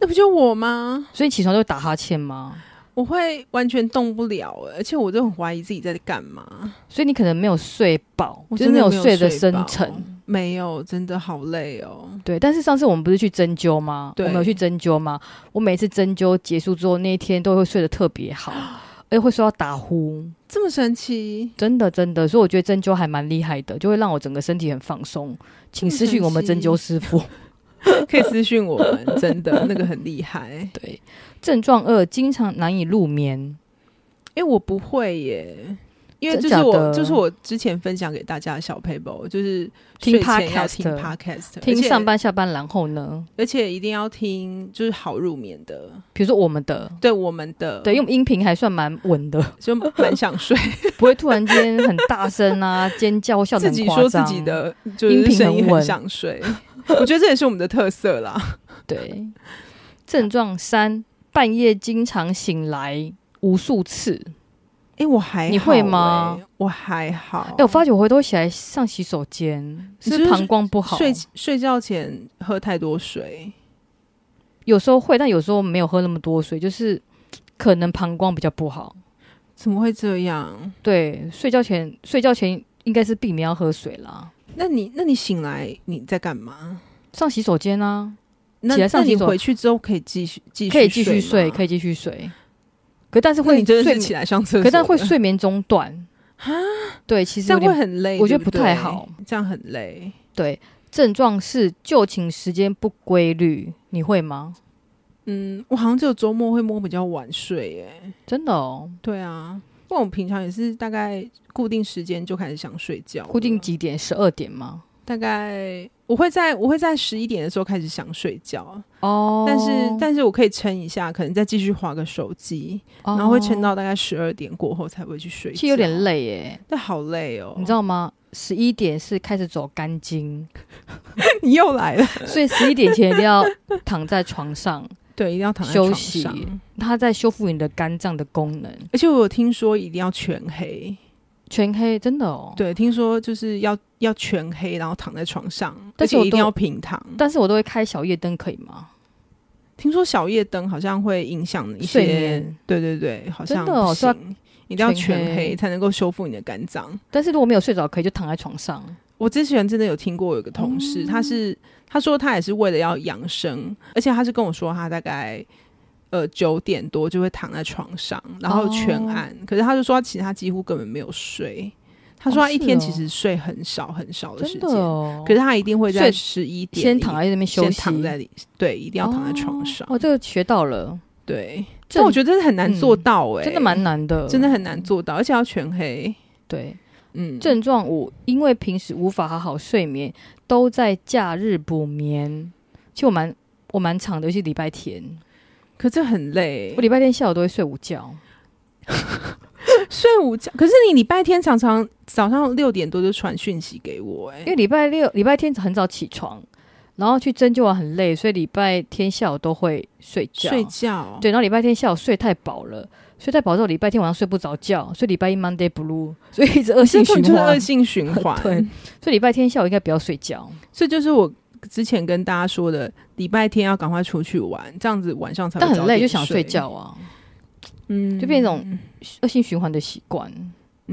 Speaker 1: 那不就我吗？
Speaker 2: 所以起床就打哈欠吗？
Speaker 1: 我会完全动不了，欸而且我都很怀疑自己在干嘛，
Speaker 2: 所以你可能没有睡饱，
Speaker 1: 我
Speaker 2: 就是
Speaker 1: 真的
Speaker 2: 有
Speaker 1: 没有
Speaker 2: 睡
Speaker 1: 睡
Speaker 2: 得深
Speaker 1: 饱
Speaker 2: 沉。
Speaker 1: 没有，真的好累哦。
Speaker 2: 对，但是上次我们不是去针灸吗？我
Speaker 1: 对
Speaker 2: 们有去针灸吗？我每次针灸结束之后，那一天都会睡得特别好， 而且会睡到打呼。
Speaker 1: 这么神奇，
Speaker 2: 真的真的，所以我觉得针灸还蛮厉害的，就会让我整个身体很放松。请私讯我们针灸师傅。
Speaker 1: 可以私讯我们， 真的那个很厉害。
Speaker 2: 对，症状二，经常难以入眠。
Speaker 1: 哎、我不会耶，因为
Speaker 2: 真
Speaker 1: 就是
Speaker 2: 假
Speaker 1: 我，
Speaker 2: 的
Speaker 1: 就是我之前分享给大家的小 paper，就是
Speaker 2: 听
Speaker 1: 睡前要听
Speaker 2: podcast
Speaker 1: podcast，
Speaker 2: 听
Speaker 1: 而且
Speaker 2: 上班下班，然后呢？
Speaker 1: 而且一定要听就是好入眠的，
Speaker 2: 比如说我们的，
Speaker 1: 对我们的，
Speaker 2: 对，因为我们音频还算蛮稳 的，
Speaker 1: 就蛮想睡，
Speaker 2: 不会突然间很大声啊、尖 叫或笑得
Speaker 1: 自
Speaker 2: 很
Speaker 1: 己
Speaker 2: 夸
Speaker 1: 说自
Speaker 2: 张。
Speaker 1: 己的就是
Speaker 2: 音频
Speaker 1: 声音
Speaker 2: 很
Speaker 1: 很
Speaker 2: 稳
Speaker 1: 想睡， 我觉得这也是我们的特色 啦。
Speaker 2: 对，症状三，半夜经常醒来无数次。
Speaker 1: 哎、我还好
Speaker 2: 你会吗
Speaker 1: 欸？我还好
Speaker 2: 哎、，我发觉我回头起来上洗手间，
Speaker 1: 你是
Speaker 2: 是不是膀胱不好，
Speaker 1: 睡睡觉前喝太多水，
Speaker 2: 有时候会，但有时候没有喝那么多水，就是可能膀胱比较不好。
Speaker 1: 怎么会这样？
Speaker 2: 对，睡觉前睡觉前应该是避免要喝水啦，
Speaker 1: 那你那你醒来你在干嘛？
Speaker 2: 上洗手间啊，
Speaker 1: 那
Speaker 2: 起来上
Speaker 1: 那你
Speaker 2: 洗手
Speaker 1: 回去之后可以继续继续
Speaker 2: 可以继续
Speaker 1: 睡
Speaker 2: 睡，可
Speaker 1: 以。
Speaker 2: 以继续睡。可但是
Speaker 1: 那
Speaker 2: 会
Speaker 1: 你真的
Speaker 2: 睡
Speaker 1: 是
Speaker 2: 眠，
Speaker 1: 起来上厕所，
Speaker 2: 可但会，睡眠中 断对，其实
Speaker 1: 这
Speaker 2: 有
Speaker 1: 样会
Speaker 2: 点
Speaker 1: 很累，
Speaker 2: 我觉得
Speaker 1: 对
Speaker 2: 不
Speaker 1: 对
Speaker 2: 太好，
Speaker 1: 这样很累。
Speaker 2: 对。症状是就寝时间不规律，你会吗？
Speaker 1: 嗯，我好像只有周末会摸比较晚睡，耶。
Speaker 2: 真的哦，
Speaker 1: 对啊，不然我平常也是大概固定时间就开始想睡觉了，
Speaker 2: 固定几点？十二点吗？
Speaker 1: 大概我会在我会在十一点的时候开始想睡觉，
Speaker 2: 哦，
Speaker 1: 但是但是我可以撑一下，可能再继续划个手机，
Speaker 2: 哦
Speaker 1: 然后会撑到大概十二点过后才会去睡觉。
Speaker 2: 其实有点，累耶，
Speaker 1: 但好累哦。
Speaker 2: 你知，道吗？十一点是开始走肝经，
Speaker 1: 你又来了，
Speaker 2: 所以十一点前一定要躺在床上，
Speaker 1: 对，一定要躺在
Speaker 2: 休
Speaker 1: 床
Speaker 2: 息
Speaker 1: 上。
Speaker 2: 它在修复你的肝脏的功能。
Speaker 1: 而且我有听说一定要全黑，
Speaker 2: 全黑真的哦，
Speaker 1: 对，听说就是要要全黑，然后躺在床上，而
Speaker 2: 但是
Speaker 1: 且
Speaker 2: 我
Speaker 1: 一
Speaker 2: 都
Speaker 1: 定要平躺。
Speaker 2: 但是我都会开小夜灯，可以吗？
Speaker 1: 听说小夜灯好像会影响一
Speaker 2: 睡
Speaker 1: 些
Speaker 2: 眠，
Speaker 1: 对对对，好像
Speaker 2: 真的哦
Speaker 1: 不
Speaker 2: 是要
Speaker 1: 行，一定要
Speaker 2: 全
Speaker 1: 全
Speaker 2: 黑
Speaker 1: 黑才能够修复你的肝脏。
Speaker 2: 但是如果没有睡着，可以就躺在床上。
Speaker 1: 我之前真的有听过有个同
Speaker 2: 哦
Speaker 1: 事，他是他说他也是为了要养生，而且他是跟我说他大概呃九点多就会躺在床上，然后全暗，可是他就说他其实他几乎根本没有睡，他说
Speaker 2: 哦
Speaker 1: 他一天
Speaker 2: 是哦
Speaker 1: 其实睡很少很少的时
Speaker 2: 真
Speaker 1: 间，
Speaker 2: 的哦。
Speaker 1: 可是他一定会在
Speaker 2: 睡
Speaker 1: 十一点
Speaker 2: 先躺在那边休息，
Speaker 1: 先躺在里对，一定要躺在床上，
Speaker 2: 哦，这个学到了，
Speaker 1: 对，
Speaker 2: 这
Speaker 1: 但我觉得很难做到哎、
Speaker 2: 嗯真的蛮难的，
Speaker 1: 真的很难做到，而且要全黑，
Speaker 2: 对。
Speaker 1: 嗯，
Speaker 2: 症状五，因为平时无法好好睡眠，都在假日补眠。其实我蛮我蛮长的，尤其礼拜天，
Speaker 1: 可这很累
Speaker 2: 我，礼拜天下午都会睡午觉。
Speaker 1: 睡午觉，可是你礼拜天常常早上六点多就传讯息给我、哎，
Speaker 2: 因为礼拜六、礼拜天很早起床，然后去针灸完很累，所以礼拜天下午都会睡觉。
Speaker 1: 睡觉，
Speaker 2: 对，然后礼拜天下午睡太饱了，睡太饱之后，礼拜天晚上睡不着觉，所以礼拜一 Monday Blue，所以 一直恶性
Speaker 1: 这根本
Speaker 2: 循
Speaker 1: 就是
Speaker 2: 环
Speaker 1: 恶。性循环，
Speaker 2: 对，所以礼拜天下午应该不要睡觉。
Speaker 1: 所以就是我之前跟大家说的，礼拜天要赶快出去玩，这样子晚上才会
Speaker 2: 但很累
Speaker 1: 早点
Speaker 2: 就想睡觉，啊，
Speaker 1: 嗯，
Speaker 2: 就变一种恶性循环的习惯。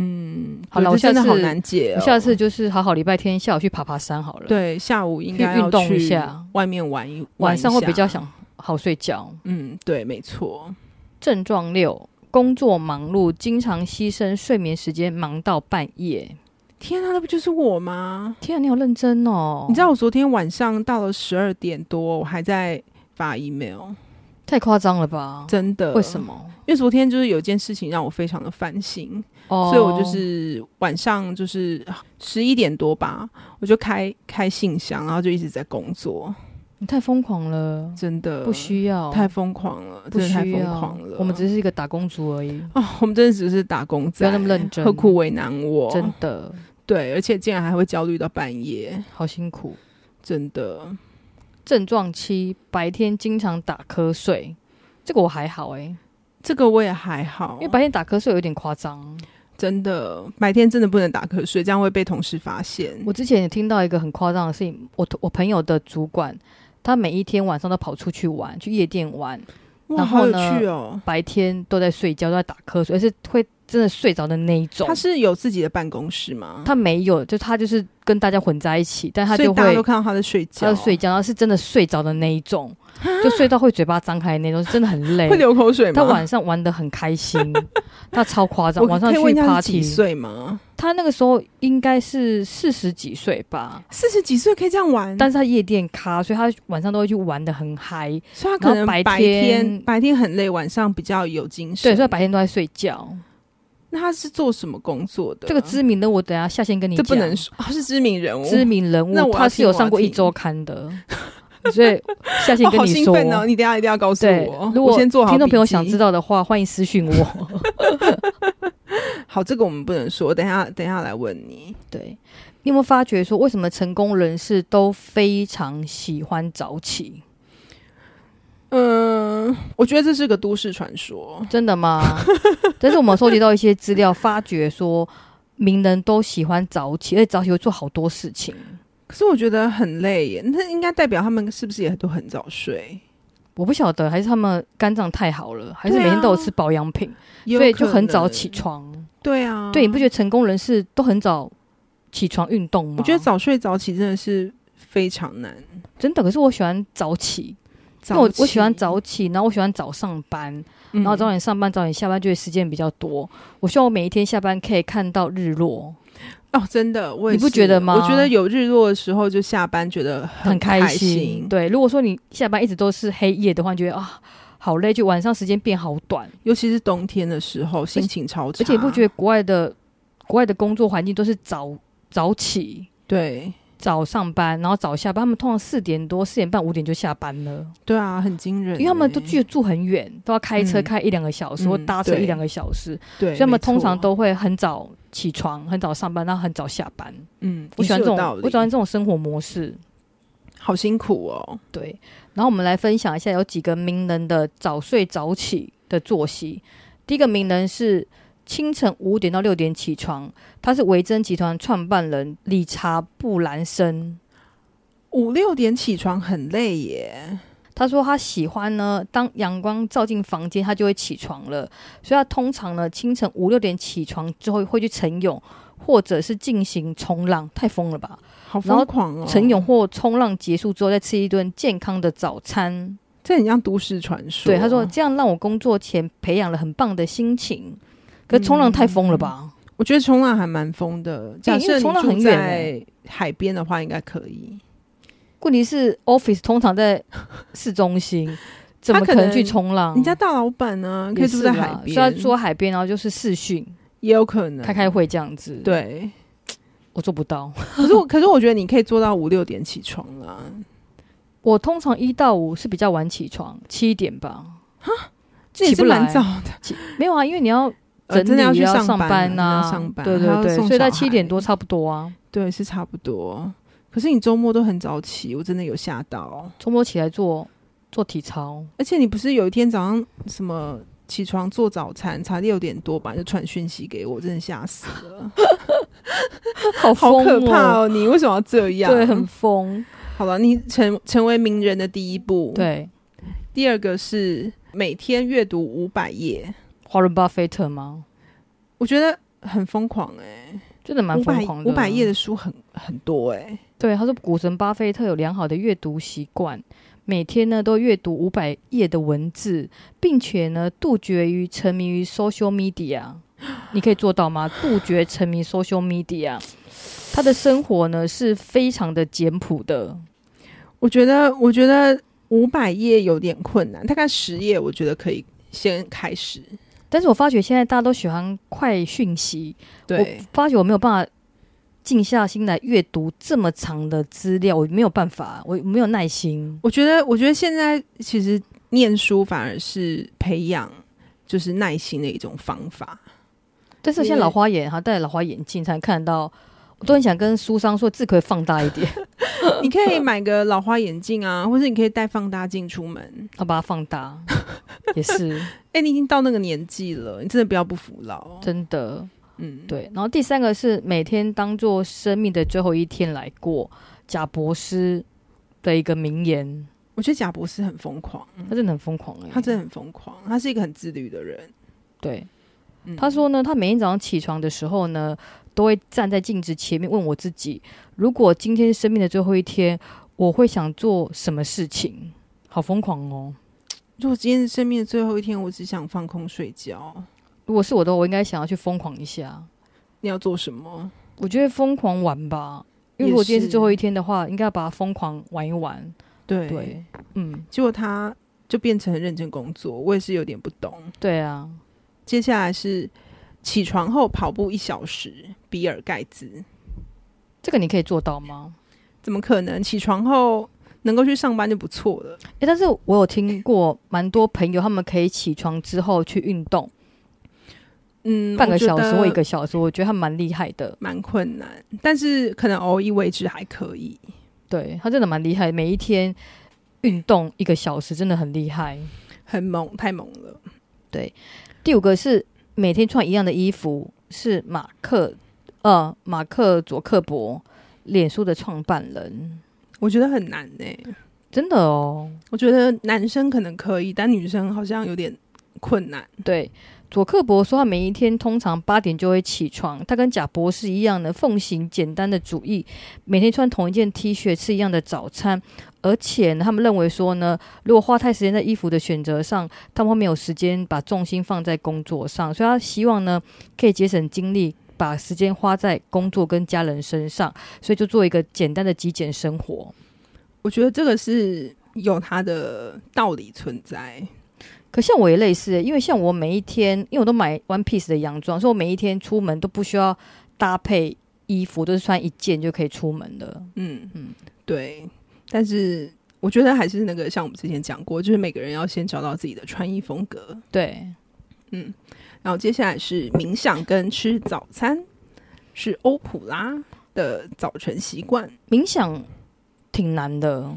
Speaker 1: 嗯，
Speaker 2: 好了
Speaker 1: 对
Speaker 2: 我
Speaker 1: 这真的
Speaker 2: 下次
Speaker 1: 好难解、
Speaker 2: 我
Speaker 1: 哦，
Speaker 2: 下次就是好好礼拜天下午去爬爬山好了，，
Speaker 1: 对下午应该
Speaker 2: 去运
Speaker 1: 要
Speaker 2: 动
Speaker 1: 去
Speaker 2: 一下
Speaker 1: 外面玩一
Speaker 2: 晚上会比较
Speaker 1: 玩一下
Speaker 2: 想好睡觉。
Speaker 1: 嗯，对，没错，
Speaker 2: 症状六，工作忙碌，经常牺牲睡眠时间，忙到半夜。
Speaker 1: 天啊，那不就是我吗？
Speaker 2: 天啊，你好认真哦！
Speaker 1: 你知道我昨天晚上到了十二点多，我还在发 email，
Speaker 2: 太夸张了吧？
Speaker 1: 真的？
Speaker 2: 哦为什？么？
Speaker 1: 因为昨天就是有件事情让我非常的烦心，
Speaker 2: 哦
Speaker 1: 所以我就是晚上就是啊十一点多吧，我就开开信箱，然后就一直在工作，
Speaker 2: 你太疯狂了，
Speaker 1: 真的
Speaker 2: 不需要，
Speaker 1: 太疯狂了，
Speaker 2: 不
Speaker 1: 真的太
Speaker 2: 需
Speaker 1: 疯
Speaker 2: 要
Speaker 1: 狂了。
Speaker 2: 我们只是一个打工族而已，
Speaker 1: 哦，我们真的只是打工仔，
Speaker 2: 不要那么认真
Speaker 1: 何苦为难我？
Speaker 2: 真的
Speaker 1: 对，而且竟然还会焦虑到半夜，
Speaker 2: 好辛苦。
Speaker 1: 真的。
Speaker 2: 症状七，白天经常打瞌睡，这个我还好哎、
Speaker 1: 这个我也还好，
Speaker 2: 因为白天打瞌睡有点夸
Speaker 1: 哦
Speaker 2: 张。
Speaker 1: 真的白天真的不能打瞌睡，这样会被同事发现。
Speaker 2: 我之前也听到一个很夸张的事情，我我朋友的主管，他每一天晚上都跑出去玩，去夜店玩，
Speaker 1: 哇，
Speaker 2: 然后
Speaker 1: 好有
Speaker 2: 呢
Speaker 1: 趣哦！
Speaker 2: 白天都在睡觉，都在打瞌睡，而是会真的睡着的那一种
Speaker 1: 他。是有自己的办公室吗？
Speaker 2: 他没有，就他就是跟大家混在一起，但他
Speaker 1: 所
Speaker 2: 就
Speaker 1: 以大家都
Speaker 2: 会
Speaker 1: 看到他在睡觉，
Speaker 2: 他就呃睡觉，然后是真的睡着的那一种，就睡到会嘴巴张开的那种，是真的很累
Speaker 1: 会。流口水吗？
Speaker 2: 他晚上玩的很 开心，他超夸张，
Speaker 1: 我
Speaker 2: 晚上
Speaker 1: 可以问
Speaker 2: 去
Speaker 1: 一下他是
Speaker 2: party
Speaker 1: 几。岁吗？
Speaker 2: 他那个时候应该是四十几岁吧，
Speaker 1: 四十几岁可以这样玩，
Speaker 2: 但是他夜店咖，所以他晚上都会去玩的很嗨，
Speaker 1: 所以他可能
Speaker 2: 然后白
Speaker 1: 白
Speaker 2: 天
Speaker 1: 白天很累，晚上比较有精神。
Speaker 2: 对，所以白天都在睡觉。
Speaker 1: 那他是做什么工作的？
Speaker 2: 这个知名的我等一下下线跟你
Speaker 1: 啊这
Speaker 2: 讲，
Speaker 1: 不能说，哦是知名人物，
Speaker 2: 知名人
Speaker 1: 那
Speaker 2: 物，
Speaker 1: 我要
Speaker 2: 他是有上过
Speaker 1: 听我要
Speaker 2: 一周刊 的，所以下线
Speaker 1: 哦
Speaker 2: 跟
Speaker 1: 好
Speaker 2: 你
Speaker 1: 兴
Speaker 2: 说。
Speaker 1: 奋哦！你等一下一定要告诉
Speaker 2: 对
Speaker 1: 我，，
Speaker 2: 如
Speaker 1: 我
Speaker 2: 果
Speaker 1: 先做好。
Speaker 2: 听众朋友想知
Speaker 1: 道，
Speaker 2: 道的话，欢迎私讯我。
Speaker 1: 好，这个我们不能说，等一下等一下来问你。
Speaker 2: 对，你有没有发觉说，为什么成功人士都非常喜欢早起？
Speaker 1: 嗯，我觉得这是个都市传说。
Speaker 2: 真的吗？但是我们收集到一些资料，发觉说名人都喜欢早起，而且早起会做好多事情。
Speaker 1: 可是我觉得很累耶，那应该代表他们是不是也都很早睡？
Speaker 2: 我不晓得，还是他们肝脏太好了，还是每天都有吃保养品，
Speaker 1: 也啊有
Speaker 2: 所以就
Speaker 1: 可
Speaker 2: 很早
Speaker 1: 能
Speaker 2: 起。床。
Speaker 1: 对啊，
Speaker 2: 对，你不觉得成功人士都很早起床运动吗？
Speaker 1: 我觉得早睡早起真的是非常难。
Speaker 2: 真的，可是我喜欢早起，因
Speaker 1: 早
Speaker 2: 为我
Speaker 1: 起
Speaker 2: 我喜欢，早起，然后我喜欢早上班，
Speaker 1: 嗯
Speaker 2: 然后早点上班，早点下班，就会时间比较多。我希望我每一天下班可以看到日落，
Speaker 1: 哦，真的，我也
Speaker 2: 你不
Speaker 1: 是
Speaker 2: 觉得吗
Speaker 1: 我觉得有日落的时候就下班，觉得
Speaker 2: 很
Speaker 1: 开
Speaker 2: 心。对，如果说你下班一直都是黑夜的话，你觉得啊好累，就晚上时间变好短，
Speaker 1: 尤其是冬天的时候，心情超差。
Speaker 2: 而且你不觉
Speaker 1: 得？
Speaker 2: 得国外的国外的工作环境都是早早起？
Speaker 1: 对，
Speaker 2: 早上班，然后早下班，他们通常四点多、四点半、五点就下班了，
Speaker 1: 对啊，很惊人欸、
Speaker 2: 因为他们都住住很远，都要开车
Speaker 1: 嗯
Speaker 2: 开一两个小时、
Speaker 1: 嗯
Speaker 2: 或搭车
Speaker 1: 对
Speaker 2: 一两个小时，
Speaker 1: 对，
Speaker 2: 所以他们通
Speaker 1: 没错
Speaker 2: 常都会很早起床、很早上班，然后很早下班。
Speaker 1: 嗯，
Speaker 2: 我喜欢这种
Speaker 1: 也是有道，理
Speaker 2: 我喜欢这种生活模式。
Speaker 1: 好辛苦哦，
Speaker 2: 对，然后我们来分享一下有几个名人的早睡早起的作息。第一个名人是清晨五点到六点起床，他是维珍集团创办人理查布兰森。
Speaker 1: 五六点起床很累耶，
Speaker 2: 他说他喜欢呢，当阳光照进房间，他就会起床了。所以他通常呢，清晨五六点起床之后会去晨泳，或者是进行冲浪。太疯了吧！
Speaker 1: 好
Speaker 2: 然
Speaker 1: 疯
Speaker 2: 后
Speaker 1: 狂哦，
Speaker 2: 晨泳或冲浪结束之后，再吃一顿健康的早餐。
Speaker 1: 这很像都市传说。
Speaker 2: 对，他说这样让我工作前培养了很棒的心情。可是冲浪太疯了吧？
Speaker 1: 我觉得冲浪还蛮疯的。假
Speaker 2: 因
Speaker 1: 设
Speaker 2: 为
Speaker 1: 你
Speaker 2: 冲浪很
Speaker 1: 住
Speaker 2: 远
Speaker 1: 在海边的话，应该可以。
Speaker 2: 问题是 office 通常在市 中心，怎么
Speaker 1: 他
Speaker 2: 可
Speaker 1: 可
Speaker 2: 能去
Speaker 1: 能
Speaker 2: 冲浪？
Speaker 1: 你家大老板呢，可以住在海边，
Speaker 2: 虽然住在海边，然后就是视讯
Speaker 1: 也有可能
Speaker 2: 啊开开会这样子。，
Speaker 1: 对。
Speaker 2: 我做不到。
Speaker 1: 可 是我，可是我觉得你可以做到五六点起床啦。
Speaker 2: 我通常一到五是比较晚起床，七点吧。
Speaker 1: 这也
Speaker 2: 起
Speaker 1: 是
Speaker 2: 不来
Speaker 1: 蛮早的，
Speaker 2: 起没有啊，因为你要
Speaker 1: 呃
Speaker 2: 整
Speaker 1: 真的
Speaker 2: 理，
Speaker 1: 要去
Speaker 2: 要
Speaker 1: 上
Speaker 2: 班
Speaker 1: 呐、
Speaker 2: 啊，
Speaker 1: 要上班，
Speaker 2: 对
Speaker 1: 还要
Speaker 2: 对对，
Speaker 1: 送
Speaker 2: 所以到
Speaker 1: 小
Speaker 2: 七点
Speaker 1: 孩
Speaker 2: 多差不多啊。
Speaker 1: 对，是差不多。可是你周末都很早起，我真的有吓到。
Speaker 2: 周末起来做做体操，
Speaker 1: 而且你不是有一天早上什么起床做早餐才六点多吧，就传讯息给我，真的吓 死了，
Speaker 2: 好
Speaker 1: 好
Speaker 2: 疯
Speaker 1: 可怕
Speaker 2: 哦！
Speaker 1: 哦！你为什么要这样？嗯
Speaker 2: 对，很疯。
Speaker 1: 好了，你成成为名人的第一步。，
Speaker 2: 对，
Speaker 1: 第二个是每天阅读五百页，
Speaker 2: 华伦巴菲特吗？
Speaker 1: 我觉得很疯狂哎、
Speaker 2: 真的蛮
Speaker 1: 五百
Speaker 2: 疯狂的，
Speaker 1: 五百页的。书很很多哎、
Speaker 2: 对，他说股神巴菲特有良好的阅读习惯，每天呢都阅读五百页的文字，并且呢杜绝于沉迷于 social media。你可以做到吗？杜绝沉迷 social media。他的生活呢是非常的简朴的，
Speaker 1: 我觉得我觉得五百页有点困难，大概十页我觉得可以先开始。
Speaker 2: 但是我发觉现在大家都喜欢快讯息，我
Speaker 1: 对，
Speaker 2: 发觉我没有办法静下心来阅读这么长的资料，我没有办法，我没有耐心。
Speaker 1: 我觉得，我觉得现在其实念书反而是培养就是耐心的一种方法。
Speaker 2: 但是现在老花眼，哈，戴老花眼镜才能看得到。我都很想跟书商说，字可以放大 一点，
Speaker 1: 你可以买个老花眼镜啊，或者你可以戴放大镜出门。
Speaker 2: 要把它放大， 也是
Speaker 1: 哎、你已经到那个年纪了，你真的不要不服老。
Speaker 2: 真的。
Speaker 1: 嗯，
Speaker 2: 对，然后第三个是每天当做生命的最后一天来过，贾博士的一个名言，
Speaker 1: 我觉得贾博士很疯狂，
Speaker 2: 他真的很疯狂哎、
Speaker 1: 他真的很疯狂，他是一个很自律的人。
Speaker 2: 对。
Speaker 1: 嗯
Speaker 2: 他说呢，他每天早上起床的时候呢，都会站在镜子前面问我自己：如果今天是生命的最后一天，我会想做什么事情？好疯狂哦！
Speaker 1: 如果今天是生命的最后一天，我只想放空睡觉，
Speaker 2: 如果是我的话，我应该想要去疯狂一下。
Speaker 1: 你要做什么？
Speaker 2: 我觉得疯狂玩吧，因为
Speaker 1: 也
Speaker 2: 如果今天是
Speaker 1: 是
Speaker 2: 最后一天的话，应该要把它疯狂玩一玩。
Speaker 1: 对，
Speaker 2: 对，嗯，
Speaker 1: 结果他就变成很认真工作，我也是有点不懂。
Speaker 2: 对啊，
Speaker 1: 接下来是起床后跑步一小时，比尔盖茨
Speaker 2: 这个你可以做到吗？
Speaker 1: 怎么可能？起床后能够去上班就不错了。
Speaker 2: 诶，但是我有听过蛮多朋友，他们可以起床之后去运动
Speaker 1: 嗯，
Speaker 2: 半个小时或一
Speaker 1: 我觉得
Speaker 2: 个小时，我觉得他蛮厉害的。
Speaker 1: 蛮困难，但是可能偶一为之还可以。
Speaker 2: 对他真的蛮厉害，每一天运动一个小时，真的很厉害。
Speaker 1: 很猛，太猛了！
Speaker 2: 第五个是每天穿一样的衣服，是马克呃马克佐克伯，脸书的创办人，
Speaker 1: 我觉得很难呢、
Speaker 2: 真的哦。
Speaker 1: 我觉得男生可能可以，但女生好像有点困难。
Speaker 2: 对，佐克伯说他每一天通常八点就会起床，他跟贾博士一样的奉行简单的主义，每天穿同一件 T 恤，吃一样的早餐，而且呢，他们认为说呢，如果花太时间在衣服的选择上，他们会没有时间把重心放在工作上，所以他希望呢可以节省精力。把时间花在工作跟家人身上，所以就做一个简单的极简生活。
Speaker 1: 我觉得这个是有它的道理存在。
Speaker 2: 可像我也类似欸，因为像我每一天，因为我都买 One Piece 的洋装，所以我每一天出门都不需要搭配衣服都是穿一件就可以出门的。
Speaker 1: 嗯嗯
Speaker 2: 嗯，
Speaker 1: 对。但是我觉得还是那个，像我们之前讲过，就是每个人要先找到自己的穿衣风格。
Speaker 2: 对，
Speaker 1: 嗯，然后接下来是冥想跟吃早餐，是欧普拉的早晨习惯。
Speaker 2: 冥想挺难的。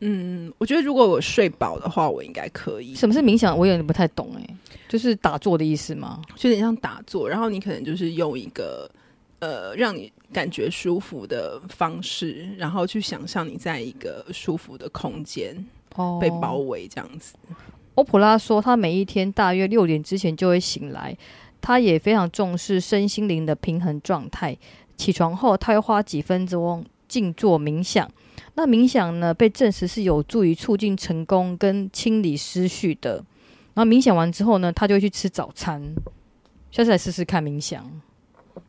Speaker 1: 嗯，我觉得如果我睡饱的话，我应该可以，
Speaker 2: 什么是冥想？我有点不太懂哎、就是打坐的意思吗？
Speaker 1: 就有点像打坐，然后你可能就是用一个呃让你感觉舒服的方式，然后去想象你在一个舒服的空间
Speaker 2: 哦
Speaker 1: 被包围这样子。
Speaker 2: 欧普拉说，她每一天大约六点之前就会醒来，她也非常重视身心灵的平衡状态。起床后，她会花几分钟静坐冥想。那冥想呢，被证实是有助于促进成功跟清理思绪的。然后冥想完之后呢，她就会去吃早餐。下次来试试看冥想。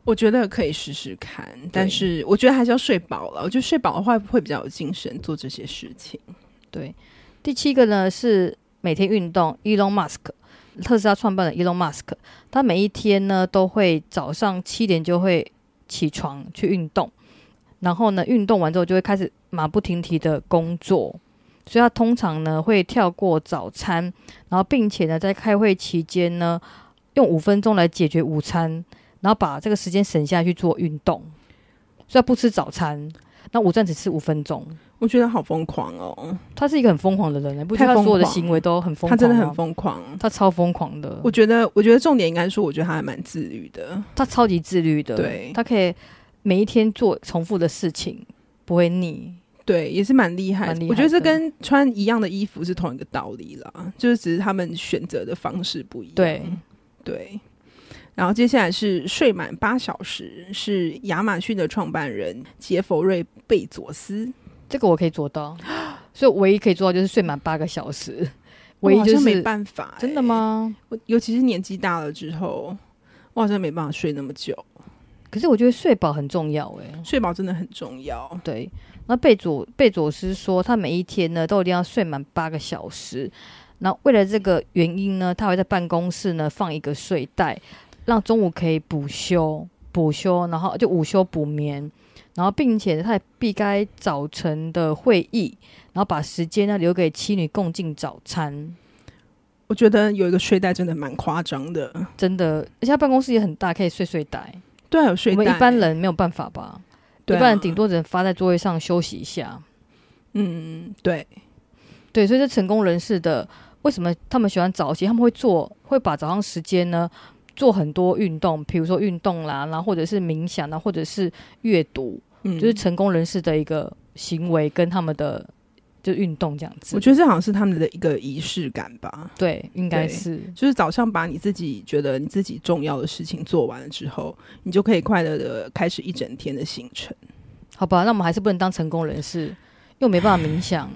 Speaker 1: 我觉得可以试试看，但是我觉得还是要睡饱了。我觉得睡饱的话会比较有精神做这些事情。
Speaker 2: 对，第七个呢是每天运动。Elon Musk，特斯拉创办人 Elon Musk，他每一天呢都会早上七点就会起床去运动，然后呢运动完之后就会开始马不停蹄的工作，所以他通常呢会跳过早餐，然后并且呢在开会期间呢用五分钟来解决午餐，然后把这个时间省下来去做运动，所以他不吃早餐，那午餐只吃五分钟。
Speaker 1: 我觉得好疯狂哦，
Speaker 2: 他是一个很疯狂的人，你欸不觉
Speaker 1: 太
Speaker 2: 得他
Speaker 1: 疯
Speaker 2: 所有的
Speaker 1: 狂
Speaker 2: 行为都很疯狂？啊
Speaker 1: 他真的很，疯狂。
Speaker 2: 他超疯狂的，
Speaker 1: 我觉得，我觉得重点应该说，我觉得他还蛮自律的。
Speaker 2: 他超级自律的，
Speaker 1: 对
Speaker 2: 他可以每一天做重复的事情，不会腻。
Speaker 1: 对，也是蛮厉害的。
Speaker 2: 蛮厉害的
Speaker 1: 我觉得这跟穿一样的衣服是同一个道理啦，就是只是他们选择的方式不一样。
Speaker 2: 对，
Speaker 1: 对。然后接下来是睡满八小时，是亚马逊的创办人杰佛瑞·贝佐斯。
Speaker 2: 这个我可以做 到，所以我唯一可以做到就是睡满八个小时，
Speaker 1: 我
Speaker 2: 唯一
Speaker 1: 哦好
Speaker 2: 就
Speaker 1: 像
Speaker 2: 是
Speaker 1: 没办法、欸
Speaker 2: 真的？吗？
Speaker 1: 我尤其是年纪大了之后，我好像没办法睡那么久。
Speaker 2: 可是我觉得睡饱很重要哎、
Speaker 1: 睡饱真的很重要。
Speaker 2: 对，那贝佐贝佐斯说，他每一天呢都一定要睡满八个小时。那为了这个原因呢，他会在办公室呢放一个睡袋，让中午可以补休补休，然后就午休补眠，然后并且他也避开早晨的会议，然后把时间呢留给妻女共进早餐。
Speaker 1: 我觉得有一个睡袋真的蛮夸张的。
Speaker 2: 真的，而且他办公室也很大，可以睡睡袋。
Speaker 1: 对啊，有睡
Speaker 2: 我
Speaker 1: 袋。
Speaker 2: 们一般人没有办法吧？
Speaker 1: 对啊
Speaker 2: 一般人顶多只能发在座位上休息一下。
Speaker 1: 嗯，对，
Speaker 2: 对，所以这成功人士的为什么他们喜欢早起？他们会做，会把早上时间呢做很多运动，比如说运动啦，然后或者是冥想啊啦，或者是阅读，
Speaker 1: 嗯，
Speaker 2: 就是成功人士的一个行为跟他们的就运动这样子。
Speaker 1: 我觉得这好像是他们的一个仪式感吧。
Speaker 2: 对，应该
Speaker 1: 对
Speaker 2: 是
Speaker 1: 就是早上把你自己觉得你自己重要的事情做完了之后，你就可以快乐的开始一整天的行程。
Speaker 2: 好吧？那我们还是不能当成功人士，又没办法冥想，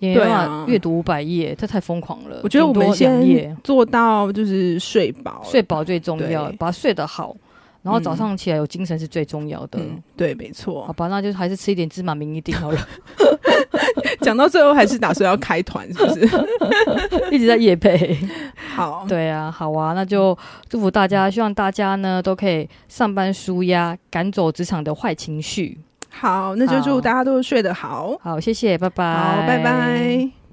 Speaker 2: 也没
Speaker 1: 对
Speaker 2: 办
Speaker 1: 啊
Speaker 2: 法阅读五百页，这太疯狂了。
Speaker 1: 我觉得我
Speaker 2: 呃顶
Speaker 1: 们
Speaker 2: 多两
Speaker 1: 先
Speaker 2: 页
Speaker 1: 做到就是睡饱，
Speaker 2: 睡饱最重要，
Speaker 1: 对
Speaker 2: 把它睡得好，然后早
Speaker 1: 嗯
Speaker 2: 上起来有精神是最重要的。
Speaker 1: 嗯，对，没
Speaker 2: 好
Speaker 1: 错。
Speaker 2: 吧，那就还是吃一点芝麻明一定好了，
Speaker 1: 讲到最后还是打算要开团，是不是？
Speaker 2: 一直在夜 配。
Speaker 1: 好，
Speaker 2: 对啊，好啊，那就祝福大家，希望大家呢都可以上班舒压，赶走职场的坏情绪。
Speaker 1: 好，那就祝
Speaker 2: 好
Speaker 1: 大家都睡得好。
Speaker 2: 好，谢谢，拜拜，
Speaker 1: 好，拜拜。